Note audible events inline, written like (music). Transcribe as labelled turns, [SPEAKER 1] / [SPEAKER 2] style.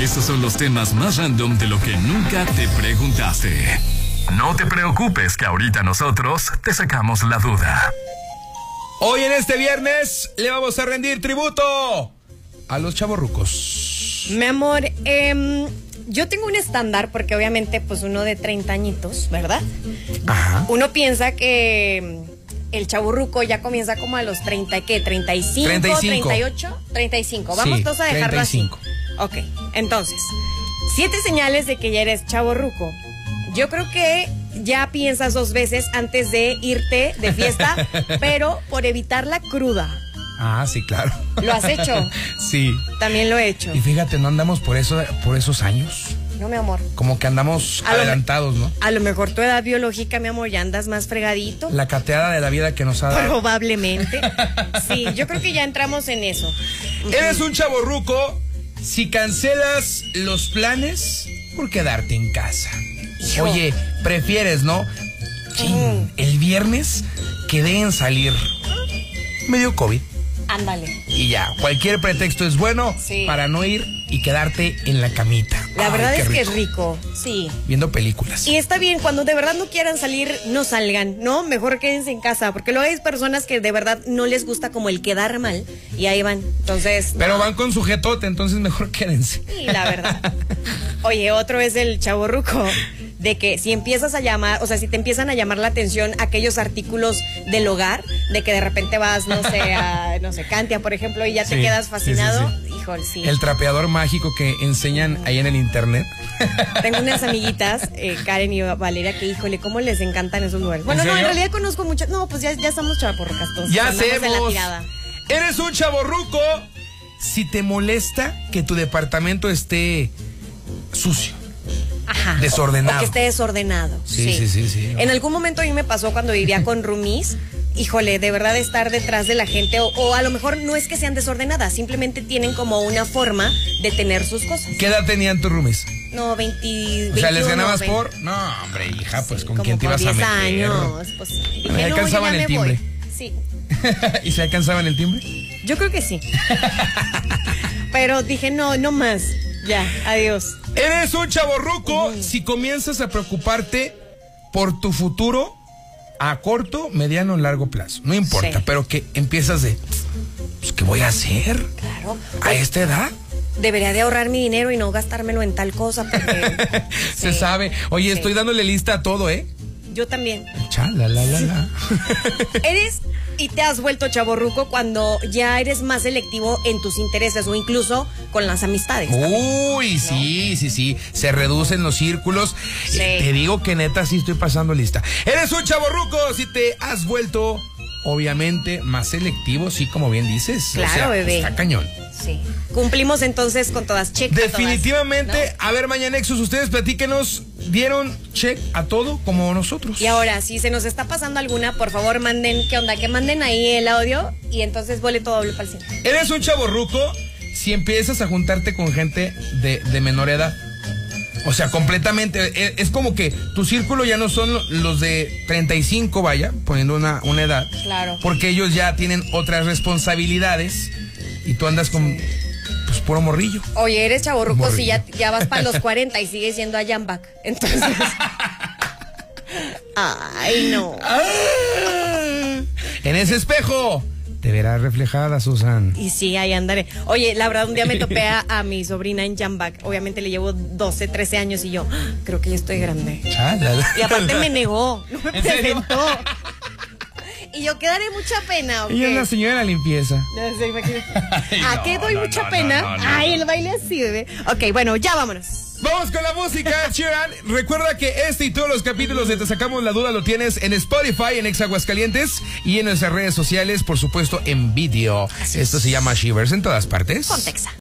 [SPEAKER 1] Estos son los temas más random de lo que nunca te preguntaste. No te preocupes que ahorita nosotros te sacamos la duda.
[SPEAKER 2] Hoy en este viernes le vamos a rendir tributo a los chavorrucos.
[SPEAKER 3] Mi amor, em, yo tengo un estándar porque obviamente pues uno de 30 añitos, ¿verdad?
[SPEAKER 2] Ajá.
[SPEAKER 3] Uno piensa que em, el chaburruco ya comienza como a los 30, ¿qué? 35,
[SPEAKER 2] 35.
[SPEAKER 3] 38, 35. Vamos
[SPEAKER 2] Sí,
[SPEAKER 3] todos a dejarlo
[SPEAKER 2] 35.
[SPEAKER 3] así. Ok, entonces, siete señales de que ya eres chaburruco. Yo creo que ya piensas dos veces antes de irte de fiesta,
[SPEAKER 2] (laughs)
[SPEAKER 3] pero por evitar la cruda.
[SPEAKER 2] Ah, sí, claro.
[SPEAKER 3] ¿Lo has hecho?
[SPEAKER 2] (laughs) Sí.
[SPEAKER 3] También lo he hecho.
[SPEAKER 2] Y fíjate, no andamos por eso, por esos años.
[SPEAKER 3] No, mi amor.
[SPEAKER 2] Como que andamos
[SPEAKER 3] A lo me-
[SPEAKER 2] adelantados, ¿no?
[SPEAKER 3] A lo mejor tu edad biológica, mi amor, ya andas más fregadito.
[SPEAKER 2] La cateada de la vida que nos ha dado. (laughs)
[SPEAKER 3] Probablemente. Sí, yo creo que ya entramos en eso.
[SPEAKER 2] Eres un chaborruco si cancelas los planes por quedarte en casa.
[SPEAKER 3] Hijo.
[SPEAKER 2] Oye, prefieres, ¿no? Chin, el viernes que dejen salir. Medio COVID.
[SPEAKER 3] Ándale.
[SPEAKER 2] Y ya, cualquier pretexto es bueno
[SPEAKER 3] Sí.
[SPEAKER 2] para no ir y quedarte en la camita.
[SPEAKER 3] La
[SPEAKER 2] Ay,
[SPEAKER 3] verdad
[SPEAKER 2] qué
[SPEAKER 3] es que es
[SPEAKER 2] rico.
[SPEAKER 3] rico. Sí.
[SPEAKER 2] Viendo películas.
[SPEAKER 3] Y está bien, cuando de verdad no quieran salir, no salgan, ¿no? Mejor quédense en casa, porque luego hay personas que de verdad no les gusta como el quedar mal, y ahí van. Entonces,
[SPEAKER 2] Pero van con sujetote, entonces mejor (laughs) quédense.
[SPEAKER 3] Y la verdad. Oye, otro es el chaborruco. De que si empiezas a llamar, o sea, si te empiezan a llamar la atención aquellos artículos del hogar, de que de repente vas, no sé, a, no sé, Cantia, por ejemplo, y ya
[SPEAKER 2] Sí,
[SPEAKER 3] te quedas
[SPEAKER 2] sí,
[SPEAKER 3] fascinado.
[SPEAKER 2] sí,
[SPEAKER 3] Híjole, sí.
[SPEAKER 2] El trapeador mágico que enseñan ahí en el internet.
[SPEAKER 3] Tengo unas amiguitas, eh, Karen y Valeria, que híjole, cómo les encantan esos lugares. Bueno, no, en
[SPEAKER 2] serio?
[SPEAKER 3] realidad conozco muchas. No, pues ya, ya estamos chaborrucas, entonces.
[SPEAKER 2] Ya
[SPEAKER 3] andamos en la
[SPEAKER 2] hacemos.
[SPEAKER 3] tirada.
[SPEAKER 2] Eres un chaborruco si te molesta que tu departamento esté sucio.
[SPEAKER 3] Ajá.
[SPEAKER 2] Desordenado.
[SPEAKER 3] O que esté desordenado.
[SPEAKER 2] Sí, sí, sí, sí.
[SPEAKER 3] En algún momento a mí me pasó
[SPEAKER 2] (laughs)
[SPEAKER 3] cuando vivía con roomies. Híjole, de verdad estar detrás de la gente, o, o a lo mejor no es que sean desordenadas, simplemente tienen como una forma de tener sus cosas.
[SPEAKER 2] ¿Qué edad tenían tus roomies?
[SPEAKER 3] No, 20.
[SPEAKER 2] O sea, ¿les
[SPEAKER 3] 21,
[SPEAKER 2] ganabas
[SPEAKER 3] 20.
[SPEAKER 2] por? No, hombre, hija, pues
[SPEAKER 3] Sí,
[SPEAKER 2] con
[SPEAKER 3] como
[SPEAKER 2] quién te
[SPEAKER 3] por
[SPEAKER 2] ibas a
[SPEAKER 3] 10
[SPEAKER 2] meter.
[SPEAKER 3] años. Pues, dije,
[SPEAKER 2] Ahí
[SPEAKER 3] no,
[SPEAKER 2] alcanzaban
[SPEAKER 3] ya
[SPEAKER 2] el
[SPEAKER 3] me voy.
[SPEAKER 2] timbre.
[SPEAKER 3] Sí,
[SPEAKER 2] (laughs) ¿Y se alcanzaban el timbre?
[SPEAKER 3] yo creo
[SPEAKER 2] (laughs)
[SPEAKER 3] que sí. Pero dije, no, no más. Ya, adiós.
[SPEAKER 2] Eres un chaborruco si comienzas a preocuparte por tu futuro a corto, mediano o largo plazo. No importa,
[SPEAKER 3] Sí.
[SPEAKER 2] pero que empiezas de, pues, ¿qué voy a hacer
[SPEAKER 3] Claro.
[SPEAKER 2] a esta edad?
[SPEAKER 3] Debería de ahorrar mi dinero y no gastármelo en tal cosa porque
[SPEAKER 2] (laughs) Se
[SPEAKER 3] Sí.
[SPEAKER 2] sabe. Oye,
[SPEAKER 3] Sí.
[SPEAKER 2] estoy dándole lista a todo, ¿eh?
[SPEAKER 3] yo también.
[SPEAKER 2] Chala, la, la, la. (laughs)
[SPEAKER 3] Eres y te has vuelto chaborruco cuando ya eres más selectivo en tus intereses o incluso con las amistades.
[SPEAKER 2] Oh. Uy, sí, sí, sí. Se reducen los círculos.
[SPEAKER 3] Sí.
[SPEAKER 2] Eh, te digo que neta sí estoy pasando lista. Eres un chaborruco si te has vuelto, obviamente, más selectivo, sí, como bien dices.
[SPEAKER 3] Claro, bebé.
[SPEAKER 2] Está cañón.
[SPEAKER 3] Sí. Cumplimos entonces con todas checas.
[SPEAKER 2] Definitivamente, a ver, Mañanexos, ustedes platíquenos, dieron check a todo como nosotros.
[SPEAKER 3] Y ahora, si se nos está pasando alguna, por favor manden, ¿qué onda? Que manden ahí el audio y entonces boleto doble para el cine.
[SPEAKER 2] Eres un chaborruco si empiezas a juntarte con gente de, de menor edad. O sea, completamente. e- Es como que tu círculo ya no son los de 35, vaya, poniendo una, una edad.
[SPEAKER 3] Claro.
[SPEAKER 2] Porque ellos ya tienen otras responsabilidades y tú andas con, pues, puro morrillo.
[SPEAKER 3] Oye, eres chaborruco si ya,
[SPEAKER 2] Morrillo.
[SPEAKER 3] ya vas
[SPEAKER 2] (laughs)
[SPEAKER 3] para los 40 y sigues yendo a Jambac. Entonces. Ay, no.
[SPEAKER 2] En ese espejo te verás reflejada, Susan.
[SPEAKER 3] Y sí, ahí andaré. Oye, la verdad, un día me topé a, a mi sobrina en Jambac. Obviamente le llevo 12, 13 años y yo, "Ah, creo que ya estoy grande.
[SPEAKER 2] Chala.
[SPEAKER 3] Y
[SPEAKER 2] (laughs)
[SPEAKER 3] aparte me negó, no me
[SPEAKER 2] ¿En serio?
[SPEAKER 3] presentó. Y yo quedaré mucha pena, ¿ok?
[SPEAKER 2] Ella es la señora de la limpieza.
[SPEAKER 3] Ya se imagina.
[SPEAKER 2] (laughs) Ay,
[SPEAKER 3] ¿A
[SPEAKER 2] no,
[SPEAKER 3] qué doy
[SPEAKER 2] no,
[SPEAKER 3] mucha
[SPEAKER 2] no,
[SPEAKER 3] pena?
[SPEAKER 2] no, no, no.
[SPEAKER 3] Ay, el baile así, bebé. Ok, bueno, ya vámonos.
[SPEAKER 2] Vamos con la música, Chiran. Recuerda que este y todos los capítulos de Te Sacamos la Duda lo tienes en Spotify, en Ex Aguascalientes y en nuestras redes sociales, por supuesto, en vídeo. Esto se llama Shivers en todas partes.
[SPEAKER 3] Pontexa.